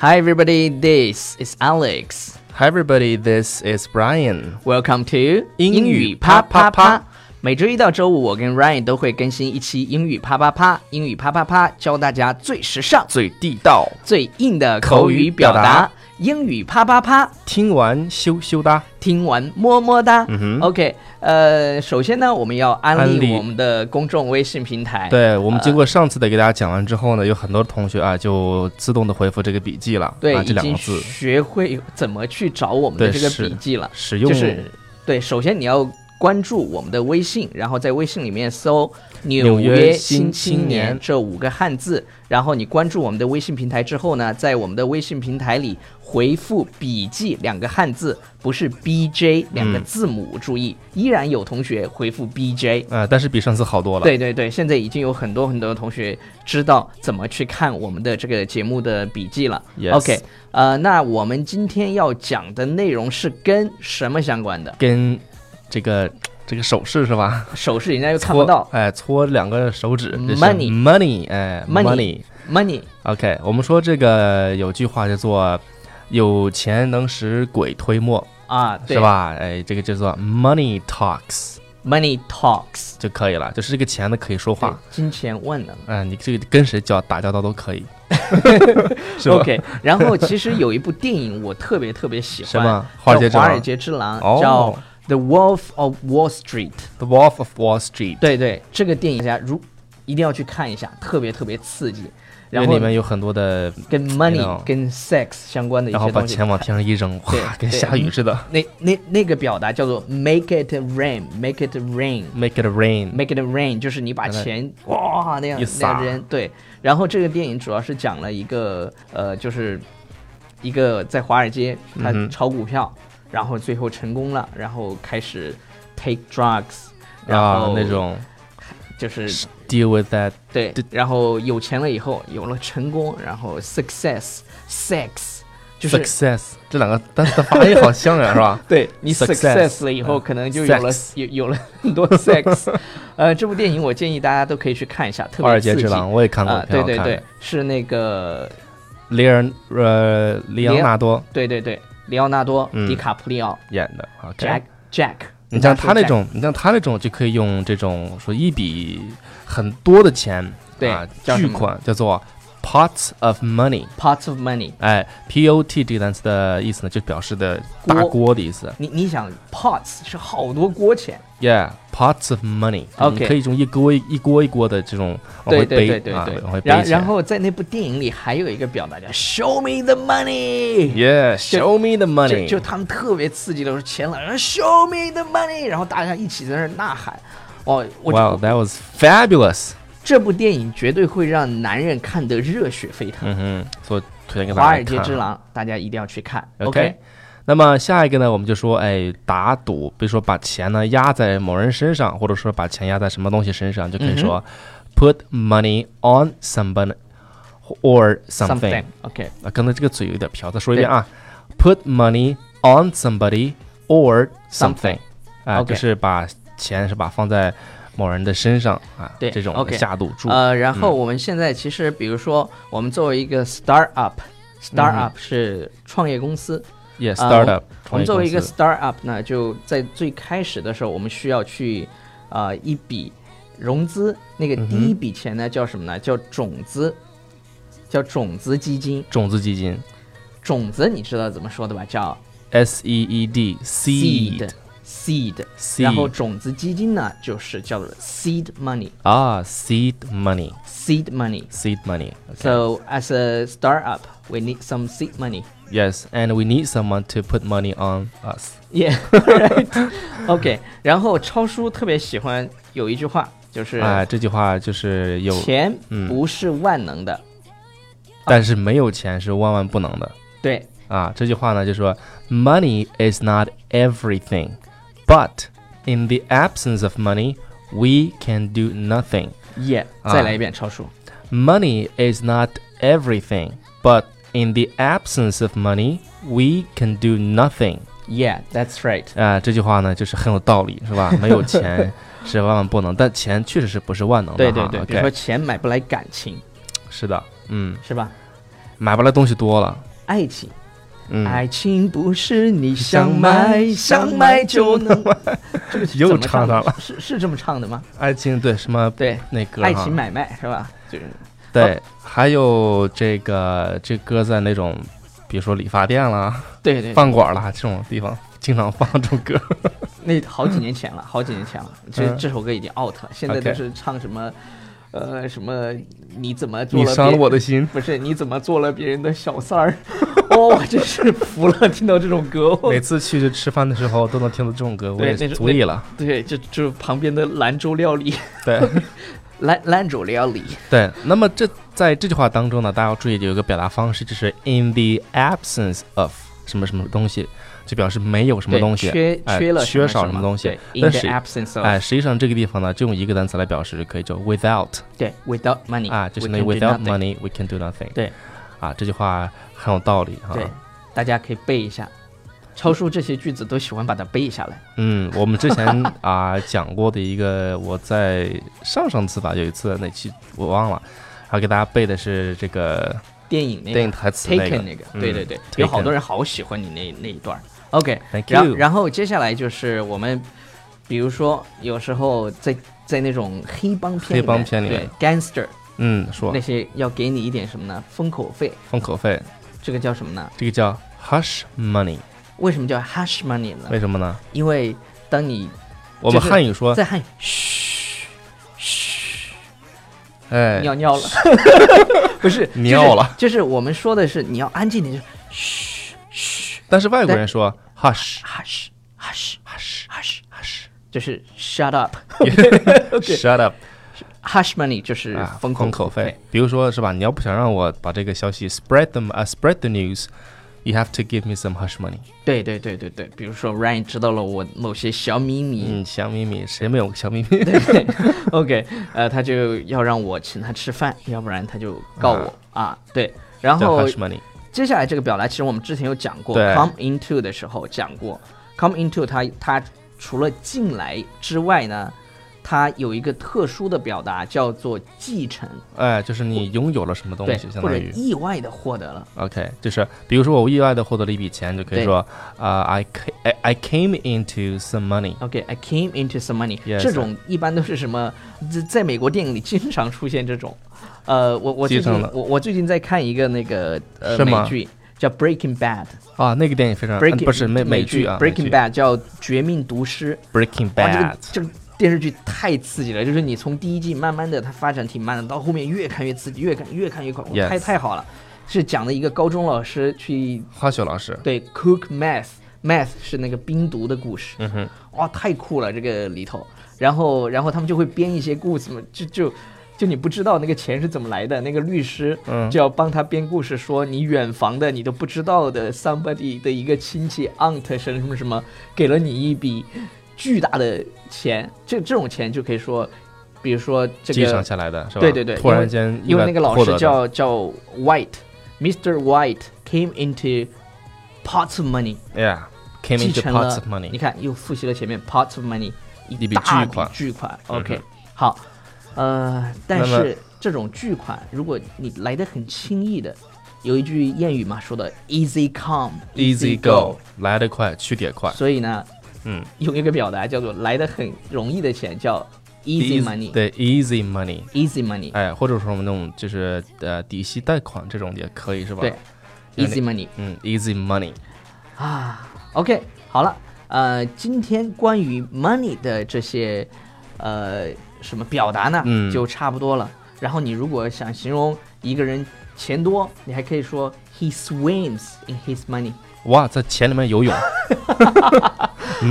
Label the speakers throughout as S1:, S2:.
S1: Hi, everybody. This is Alex.
S2: Hi everybody, this is Brian.
S1: Welcome to
S2: 英语啪啪啪。
S1: 每周一到周五，我跟 Ryan 都会更新一期英语啪啪啪。英语啪啪啪，教大家最时尚、
S2: 最地道，
S1: 最硬的口语表达。
S2: 口语表达
S1: 英语啪啪啪，
S2: 听完羞羞哒。
S1: 听完么么哒。
S2: 嗯哼，
S1: OK，呃，首先呢，我们要安
S2: 安
S1: 利
S2: 利
S1: 我们的公众微信平台。，
S2: 对我们经过上次的给大家讲完之后呢，有很多同学啊就自动的回复这个笔记了，
S1: 对，
S2: 啊、
S1: 已
S2: 这两
S1: 经
S2: 个字
S1: 学会怎么去找我们的这
S2: 对
S1: 个
S2: 是
S1: 笔记了。
S2: 使用、
S1: 就是对，首先你要关注我们的微信，然后在微信里面搜“纽
S2: 纽约
S1: 约
S2: 新
S1: 新
S2: 青
S1: 青年
S2: 年”
S1: 这五个汉字，然后你关注我们的微信平台之后呢，在我们的微信平台里回复“笔记”两个汉字，不是 “BJ” 两个
S2: 嗯
S1: 字母，注意，依然有同学回复 “BJ”。
S2: 呃，但是比上次好多了。，
S1: 对对对，现在已经有很多很多同学知道怎么去看我们的这个节目的笔记了。
S2: Yes
S1: OK，呃，那我们今天要讲的内容是跟什么相关的？
S2: 跟这个这个手势是吧？
S1: 手势人家又看
S2: 搓
S1: 不到
S2: 哎，搓两个手指这是
S1: Money
S2: money，哎
S1: Money money，
S2: OK，我们说这个有句话叫做“有钱能使鬼推磨”，
S1: 啊，对
S2: 是吧？哎，这个叫做 money talks。
S1: ？Money talks，
S2: 就可以了，就是这个钱呢可以说
S1: 对
S2: 话，，
S1: 金钱万能。
S2: 嗯、你这个跟谁交打交道 都可以，是吧
S1: OK，然后其实有一部电影我特别特别喜欢，
S2: 是吗？
S1: 叫
S2: 华尔街之
S1: 华尔
S2: 狼，
S1: 街之狼》叫《
S2: 哦
S1: The Wolf of Wall Street》。
S2: ，The Wolf of Wall Street，
S1: 对对，这个电影大家如一定要去看一下，特别特别刺激。
S2: 因
S1: 然
S2: 为
S1: 后
S2: 里面有很多的，
S1: 跟 money、
S2: you know，
S1: 跟 sex 相关的一
S2: 然后
S1: 些
S2: 把
S1: 东西
S2: 钱。往天上一扔，
S1: 对
S2: 哇，跟
S1: 对
S2: 下雨似的
S1: 那那那个表达叫做 make it rain，make it rain。
S2: ，Make it rain，
S1: Make it rain，就是你把
S2: 把它
S1: 钱哇那样
S2: 一
S1: 那
S2: 撒
S1: 样扔对。然后这个电影主要是讲了一个呃，就是一个在华尔街他
S2: 嗯哼
S1: 炒股票，然后最后成功了，然后开始 take drugs，然
S2: 啊
S1: 后，
S2: 那种
S1: 就是。
S2: deal with that，
S1: 对
S2: 对，
S1: 然后有钱了以后，有了成功，然后 success sex 就是
S2: success 这两个，但是它发音好像啊呀，是吧？
S1: 对你
S2: Success，
S1: success 了以后，
S2: 嗯
S1: 可能就有了
S2: Sex
S1: 有有了很多 sex。呃， 这部电影我建议大家都可以去看一下， 特
S2: 华
S1: 别
S2: 尔街
S1: 刺激
S2: 之。狼我也看过，
S1: 啊，
S2: 挺
S1: 对
S2: 好
S1: 对
S2: 看
S1: 对
S2: 的，，
S1: 是那个，
S2: 里尔呃里昂纳多
S1: 对对对，里奥纳多·
S2: 嗯
S1: 迪卡普里奥
S2: 演的，OK
S1: ，Jack Jack。
S2: 你像他那，种，你像他那种就可以用这种说一笔很多的钱，
S1: 对
S2: 啊
S1: 叫，什
S2: 巨
S1: 么
S2: 款叫做 pots of money，
S1: pots of money。
S2: 哎，p o t 这个单词的意思呢，就表示的大
S1: 锅
S2: 锅的意思
S1: 你你想，pots 是好多锅钱，
S2: ，yeah，pots of money，
S1: OK
S2: 你可以用一锅一一锅一锅的这种往
S1: 对
S2: 回
S1: 对对
S2: 背
S1: 对
S2: 啊，往
S1: 对。
S2: 回背
S1: 然
S2: 钱
S1: 然后在那部电影里还有一个表达叫 “Show me the money”，
S2: ，yeah，show me the
S1: 就
S2: money，
S1: 就他们特别刺激的说钱来了，“Show me the money”，然后大家一起在那儿呐喊。哦，我
S2: ，wow
S1: 就
S2: that was fabulous，
S1: 这部电影绝对会让男人看得热血沸腾。
S2: 嗯哼，所以推荐给
S1: 《华
S2: 大
S1: 尔
S2: 家
S1: 街之
S2: 看。啊
S1: 狼》，大家一定要去看。
S2: OK，那么下一个呢，我们就说，哎，打赌，比如说把钱呢压在某人身上，或者说把钱压在什么东西身上，就可
S1: 嗯
S2: 以说、put money on someone or something。
S1: OK，
S2: 啊，刚才这个嘴有点瓢，再说一遍啊，put money on somebody or something。啊，
S1: OK
S2: 就是把钱是吧放在某人的身上啊，
S1: 对
S2: 这种
S1: OK
S2: 下赌注。
S1: 呃，然后
S2: 嗯
S1: 我们现在其实，比如说，我们作为一个 startup，startup 是创业公司，
S2: yes,
S1: 呃
S2: startup
S1: 我
S2: 嗯创
S1: 们
S2: 业公司。
S1: 作为一个 startup 呢，就在最开始的时候，我们需要去呃一笔融资，那个第一笔钱呢叫什么呢？叫种子，叫种子基金。
S2: 种子基金
S1: 种子你知道怎么说的吧？叫
S2: S E E D seed
S1: seed，seed。
S2: seed
S1: 然后种子基金呢，就是叫做 seed money。
S2: 啊，seed Ah, money。
S1: seed money。
S2: seed money. So
S1: So as a startup, we need some seed money.
S2: yes, and we need someone to put money on us.
S1: Yeah, right. OK. 然后超叔特别喜欢有一句话，就是
S2: 啊、这句话就是有，
S1: 钱
S2: 嗯
S1: 不是万能的。
S2: 但是没有钱是万万不能的
S1: 对
S2: 啊。这句话呢，就说 money is not everything, but in the absence of money, we can do nothing.
S1: ，Yeah.
S2: 啊
S1: 再来一遍，超叔。
S2: Money is not everything, but in the absence of money, we can do nothing.
S1: Yeah, that's right.
S2: 啊、这句话呢就是很有道理，是吧？没有 钱是万万不能，但钱确实是不是万能的
S1: 对对
S2: 哈
S1: 对，比如说
S2: OK，
S1: 钱买不来感情，
S2: 是的，嗯，
S1: 是吧？
S2: 买不来东西多了，
S1: 爱情，
S2: 嗯，
S1: 爱情不是你想
S2: 想
S1: 买
S2: 买
S1: 想
S2: 想
S1: 买
S2: 买
S1: 就
S2: 就
S1: 能。这个是
S2: 又
S1: 怎么唱
S2: 唱上
S1: 的，是是这么唱的吗？
S2: 爱情对什么
S1: 对，
S2: 那歌
S1: 爱
S2: 哈
S1: 情买卖是吧？就是
S2: 对，还有这个这歌在那种，比如说理发店啦、
S1: 对对，
S2: 饭馆啦这种地方，经常放这种歌。
S1: 那好几年前了，好几年前了，这
S2: 嗯
S1: 这首歌已经 out，了现在
S2: OK
S1: 都是唱什么，呃，什么你怎么做
S2: 你
S1: 了
S2: 伤了
S1: 别
S2: 我的 心，
S1: 不是你怎么做了别人的小三儿？ 哦，我真是服了，听到这种歌，哦我
S2: 每次去吃饭的时候都能听到这种歌，我
S1: 对
S2: 也
S1: 那是
S2: 足以了。
S1: 对，就就旁边的兰州料 理，
S2: 对
S1: 兰兰州料理，
S2: 对，那么这在这句话当中呢，大家要注意有一个表达方式，就是 in the absence of 什么什么东西，就表示没有什么
S1: 对
S2: 东西，
S1: 缺
S2: 哎
S1: 缺了
S2: 缺少
S1: 什
S2: 什么东西。
S1: 对，in
S2: 但
S1: the
S2: 是
S1: absence of，
S2: 哎，实际上这个地方呢，就用一个单词来表示就可以，叫 without。
S1: 对，without money，
S2: 啊，就是
S1: we
S2: 那
S1: can do
S2: without
S1: nothing
S2: money we can do nothing。
S1: 对，
S2: 啊，这句话很有道理哈。
S1: 对，大家可以背一下。超叔这些句子都喜欢把它背下来。
S2: 嗯，我们之前 啊讲过的一个，我在上上次吧有一次哪期我忘了，然后给大家背的是这个
S1: 电影那
S2: 电
S1: 个
S2: 影台词那
S1: Taken
S2: 个。
S1: 那个，
S2: 嗯
S1: 对对对，有好
S2: Taken
S1: 多人好喜欢你那那一段儿。OK，
S2: Thank
S1: 然
S2: you。
S1: 然后接下来就是我们，比如说有时候在在那种黑帮片
S2: 黑帮片里面
S1: 对 gangster
S2: 嗯，说
S1: 那些要给你一点什么呢？封口费，
S2: 封口费，
S1: 这个叫什么呢？
S2: 这个叫 hush money，
S1: 为什么叫 hush money 呢？
S2: 为什么呢？
S1: 因为当你
S2: 我们
S1: 就是
S2: 汉语说，
S1: 在汉语嘘嘘
S2: 哎，
S1: 尿 尿了， 不是就是
S2: 尿了
S1: 就是我们说的是你要安静点，就是嘘嘘
S2: 但是外国人说 hush
S1: hush hush
S2: hush
S1: hush，
S2: hush
S1: 就是 shut up。
S2: shut up。
S1: hush money 就是
S2: 啊，
S1: 封
S2: 口
S1: 口
S2: 费。比如说是吧，你要不想让我把这个消息 spread them 啊、spread the news，you have to give me some hush money。
S1: 对对对对对，比如说 Ryan 知道了我某些小秘密、
S2: 嗯，小秘密，谁没有小秘密？
S1: o k 呃，他就要让我请他吃饭，要不然他就告我啊对，然
S2: 叫
S1: 后
S2: hush money。
S1: 接下来这个表达，其实我们之前有讲过
S2: 对
S1: ，come into 的时候讲过，come into 它它除了进来之外呢，它有一个特殊的表达叫做继承，
S2: 哎，就是你拥有了什么东
S1: 对
S2: 西，，相
S1: 或者
S2: 当于。
S1: 意外的获得了。
S2: OK，就是比如说我意外的获得了一笔钱，就可以
S1: 对
S2: 说啊、i ca- I I came into some money。
S1: OK，I、came into some money。
S2: Yes,
S1: 这种一般都是什么？在在美国电影里经常出现这种。呃，我我最
S2: 继
S1: 近
S2: 承了
S1: 我我最近在看一个那个呃
S2: 是
S1: 美
S2: 吗
S1: 剧叫《Breaking Bad
S2: 啊，那个电影非常、》，
S1: Breaking、
S2: 嗯不是美
S1: 美
S2: 剧啊
S1: Breaking
S2: 美剧
S1: Bad》叫《绝命毒师》。
S2: Breaking
S1: 哇，这个
S2: Bad，
S1: 这个电视剧太刺激了，就是你从第一季慢慢的它发展挺慢的，到后面越看越刺激，越看越看越快，
S2: Yes
S1: 太太好了。是讲的一个高中老师去
S2: 花雪老师。
S1: 对 cook meth meth 是那个冰毒的故事。
S2: 嗯哼，
S1: 哇，太酷了这个里头。然后，然后他们就会编一些故事嘛，就就就你不知道那个钱是怎么来的，那个律师
S2: 嗯
S1: 就要帮他编故事，说你远房的你都不知道的 somebody 的一个亲戚 aunt 什么什么什么，给了你一笔巨大的钱，这这种钱就可以说，比如说这
S2: 继承
S1: 个，
S2: 下来的是吧？
S1: 对对对
S2: 突然间意
S1: 因为
S2: 外
S1: 那个老
S2: 获得
S1: 师
S2: 的
S1: 叫叫 White，Mr. White came into pots of money。
S2: yeah came
S1: 继
S2: into
S1: 承了
S2: pots of money
S1: 你。看，又复习了前面 parts of money
S2: 一笔
S1: 大
S2: 巨款
S1: 巨款。
S2: 嗯哼
S1: OK，、好，呃，但
S2: 那么
S1: 是这种巨款，如果你来的很轻易的，有一句谚语嘛，说的 easy come
S2: Easy
S1: go，
S2: go，来得快，去得也快。
S1: 所以呢，
S2: 嗯，
S1: 用一个表达叫做来的很容易的钱叫 easy
S2: Eas-
S1: money，
S2: 对，easy money。
S1: easy money，、
S2: 哎，或者说我们那种就是呃底息贷款这种也可以是吧？
S1: 对
S2: 有
S1: easy money
S2: 嗯，easy money。
S1: 啊。OK，好了，呃，今天关于 money 的这些呃什么表达呢，
S2: 嗯
S1: 就差不多了。然后你如果想形容一个人钱多，你还可以说 he swims in his money。
S2: 哇，在钱里 面游泳，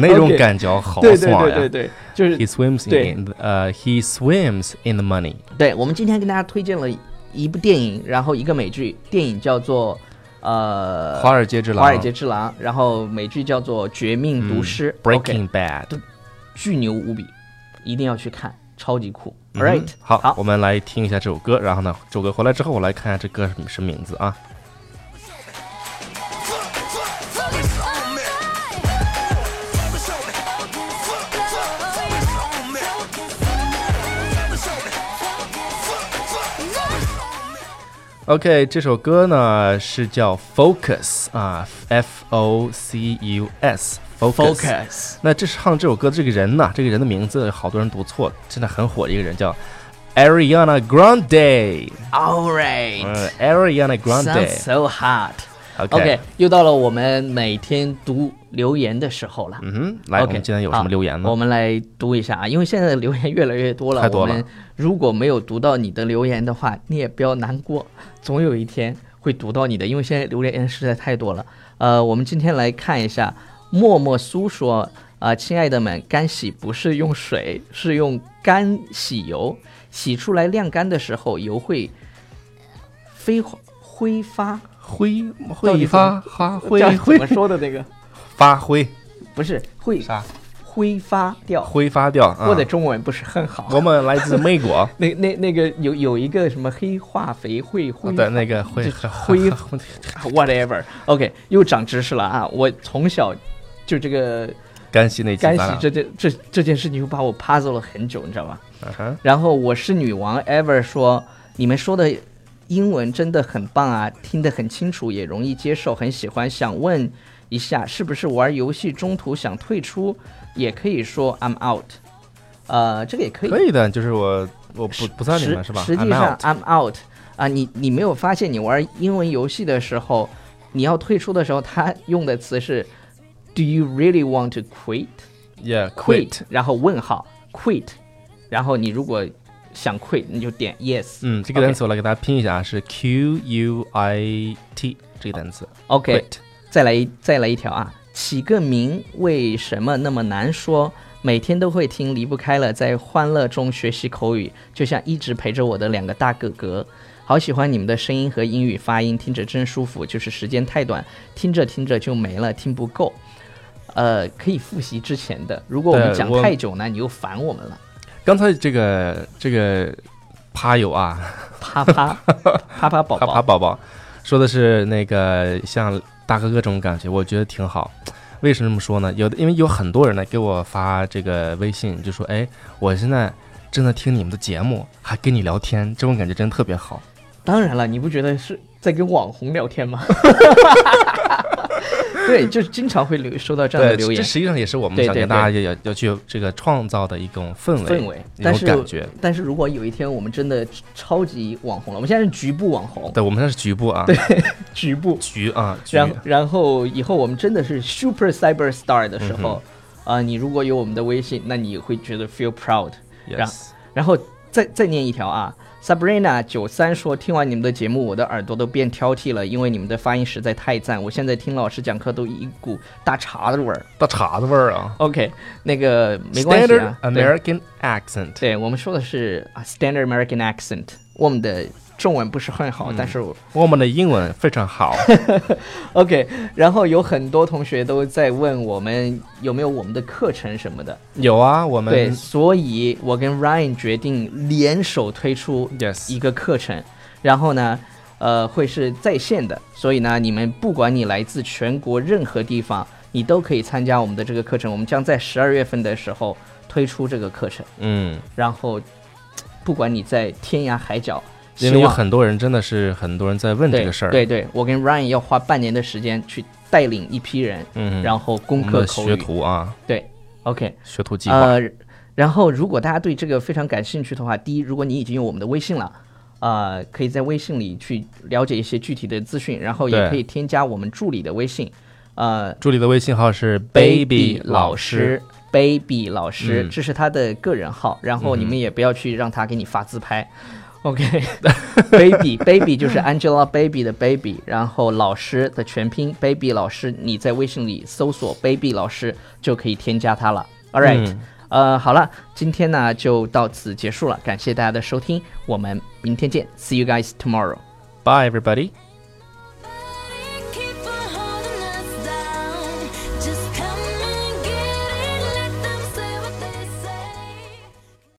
S2: 那种
S1: OK
S2: 感觉好
S1: 对对
S2: 爽
S1: 对对
S2: 呀。
S1: 对，就是
S2: He swims
S1: 对
S2: in the- 呃，he swims in the money。
S1: 对。我们今天跟大家推荐了一部电影，然后一个美剧，电影叫做呃
S2: 华尔街之
S1: 《
S2: 狼，
S1: 华尔街之狼》，然后美剧叫做《绝命毒师》OK
S2: 嗯 Breaking Bad。
S1: 巨牛无比，一定要去看，超级酷。
S2: 嗯
S1: All right，、
S2: 好，
S1: 好
S2: 我们来听一下这首歌，然后呢，这首歌回来之后，我来看一下这歌是什么名字啊？
S3: Oh man.
S2: OK，这首歌呢是叫 Focus 啊，F O C U S Focus。
S1: Focus，
S2: 那这唱这首歌的这个人呢，这个人的名字好多人读错，现在很火的一个人叫 Ariana Grande，
S1: All right，
S2: 嗯，Ariana
S1: Sounds
S2: Grande。
S1: so hot。
S2: OK，
S1: 又到了我们每天读留言的时候了。
S2: 嗯哼，来，我
S1: OK，
S2: 们今天有什么
S1: 好
S2: 留言呢
S1: 我？们来读一下啊，因为现在的留言越来越多了。
S2: 太多了
S1: 我们如果没有读到你的留言的话，你也不要难过，总有一天会读到你的，因为现在留言实在太多了。呃，我们今天来看一下，默默苏说啊、亲爱的们，干洗不是用水，是用干洗油，洗出来晾干的时候，油会飞挥发，
S2: 挥
S1: 到
S2: 挥
S1: 底
S2: 发发挥
S1: 叫怎
S2: 挥
S1: 么说的那个？
S2: 发挥
S1: 不是会
S2: 啥？
S1: 挥发掉，
S2: 挥发掉啊
S1: 我！的中文不是很好。
S2: 我们来自美 国
S1: 那那那个有有一个什么黑化肥会会
S2: 的哦那个挥
S1: 这挥 whatever OK 又长知识了啊！我从小就这个
S2: 干洗那期
S1: 干洗
S2: 咱俩
S1: 这件这这件事情就把我 puzzle 了很久，你知道吧？
S2: 嗯哼
S1: 然后我是女王 ever 说你们说的英文真的很棒啊，听得很清楚，也容易接受，很喜欢。想问一下，是不是玩游戏中途想退出，也可以说 I'm out？呃，这个也可以
S2: 可以的，就是我我不不算你们
S1: 实
S2: 是吧？
S1: 实际
S2: I'm
S1: 上
S2: out
S1: I'm out 啊，你你没有发现你玩英文游戏的时候，你要退出的时候，他用的词是 Do you really want to quit?
S2: yeah quit，
S1: 然后问号 quit，然后你如果想 quit，你就点 yes。
S2: 嗯，这个
S1: OK
S2: 单词我来给大家拼一下啊，是 Q U I T 这个单词
S1: OK，
S2: quit，
S1: 再来一再来一条啊！起个名为什么那么难说？每天都会听，离不开了，在欢乐中学习口语，就像一直陪着我的两个大哥哥。好喜欢你们的声音和英语发音，听着真舒服。就是时间太短，听着听着就没了，听不够。呃，可以复习之前的。如果我们
S2: 对
S1: 讲
S2: 我
S1: 太久呢，你又烦我们了。
S2: 刚才这个这个趴友啊，
S1: 啪啪啪啪宝
S2: 哈
S1: 宝，
S2: 爬宝宝说的是那个像大哥哥这种感觉，我觉得挺好。为什么这么说呢？有的因为有很多人呢给我发这个微信，就说：“哎，我现在正在听你们的节目，还跟你聊天，这种感觉真的特别好。
S1: 当然了，你不觉得是在跟网红聊天 吗？对，就是经常会留收到”这样的留
S2: 这
S1: 言。
S2: 实际上也是我们
S1: 对
S2: 想
S1: 对
S2: 跟大家要要去这个创造的一种氛围、
S1: 氛围，
S2: 一
S1: 但
S2: 种
S1: 是
S2: 感觉。
S1: 但是如果有一天我们真的超级网红了，我们现在是局部网红，
S2: 对，我们现在是局部啊，对，
S1: 局部，
S2: 局啊，局
S1: 然然后以后我们真的是 super cyber star 的时
S2: 嗯
S1: 候，啊、你如果有我们的微信，那你会觉得 feel proud。然
S2: yes,
S1: 然后再再念一条啊，Sabrina 九三说，听完你们的节目，我的耳朵都变挑剔了，因为你们的发音实在太赞，我现在听老师讲课都一股大碴子味儿。
S2: 大碴子味儿啊，
S1: OK，那个没关系啊
S2: Standard
S1: 对
S2: American accent，
S1: 对我们说的是啊，standard American accent，我们的中文不是很好，
S2: 嗯
S1: 但是我
S2: 我们的英文非常 好。
S1: OK。然后有很多同学都在问我们有没有我们的课程什么的，
S2: 有啊，我们
S1: 对，所以我跟 Ryan 决定联手推出
S2: yes
S1: 一个课程，然后呢，呃，会是在线的，所以呢，你们不管你来自全国任何地方，你都可以参加我们的这个课程。我们将在十二月份的时候推出这个课程。
S2: 嗯，
S1: 然后不管你在天涯海角，
S2: 因
S1: 希
S2: 为有
S1: 望
S2: 很多人真的是很多人在问
S1: 对
S2: 这个事儿，
S1: 对对，我跟 Ryan 要花半年的时间去带领一批人，
S2: 嗯，
S1: 然后
S2: 我
S1: 攻
S2: 们
S1: 克
S2: 的
S1: 口
S2: 学
S1: 语。
S2: 徒啊，
S1: 对，OK，
S2: 学徒计划，
S1: 呃，然后如果大家对这个非常感兴趣的话，第一，如果你已经有我们的微信了。呃，可以在微信里去了解一些具体的资讯，然后也
S2: 对
S1: 可以添加我们助理的微信，呃
S2: 助理的微信号是
S1: ，baby
S2: 老
S1: 师，baby 老师，
S2: 嗯
S1: 这是他的个人号，然后你们也不要去让他给你发自拍。OK，baby baby 就是 Angelababy 的 baby，然后老师的全拼 baby 老师，你在微信里搜索 baby 老师就可以添加他了。All right，、
S2: 嗯
S1: 呃，好了，今天呢就到此结束了，感谢大家的收听，我们明天见，See you guys tomorrow。
S2: ，Bye everybody。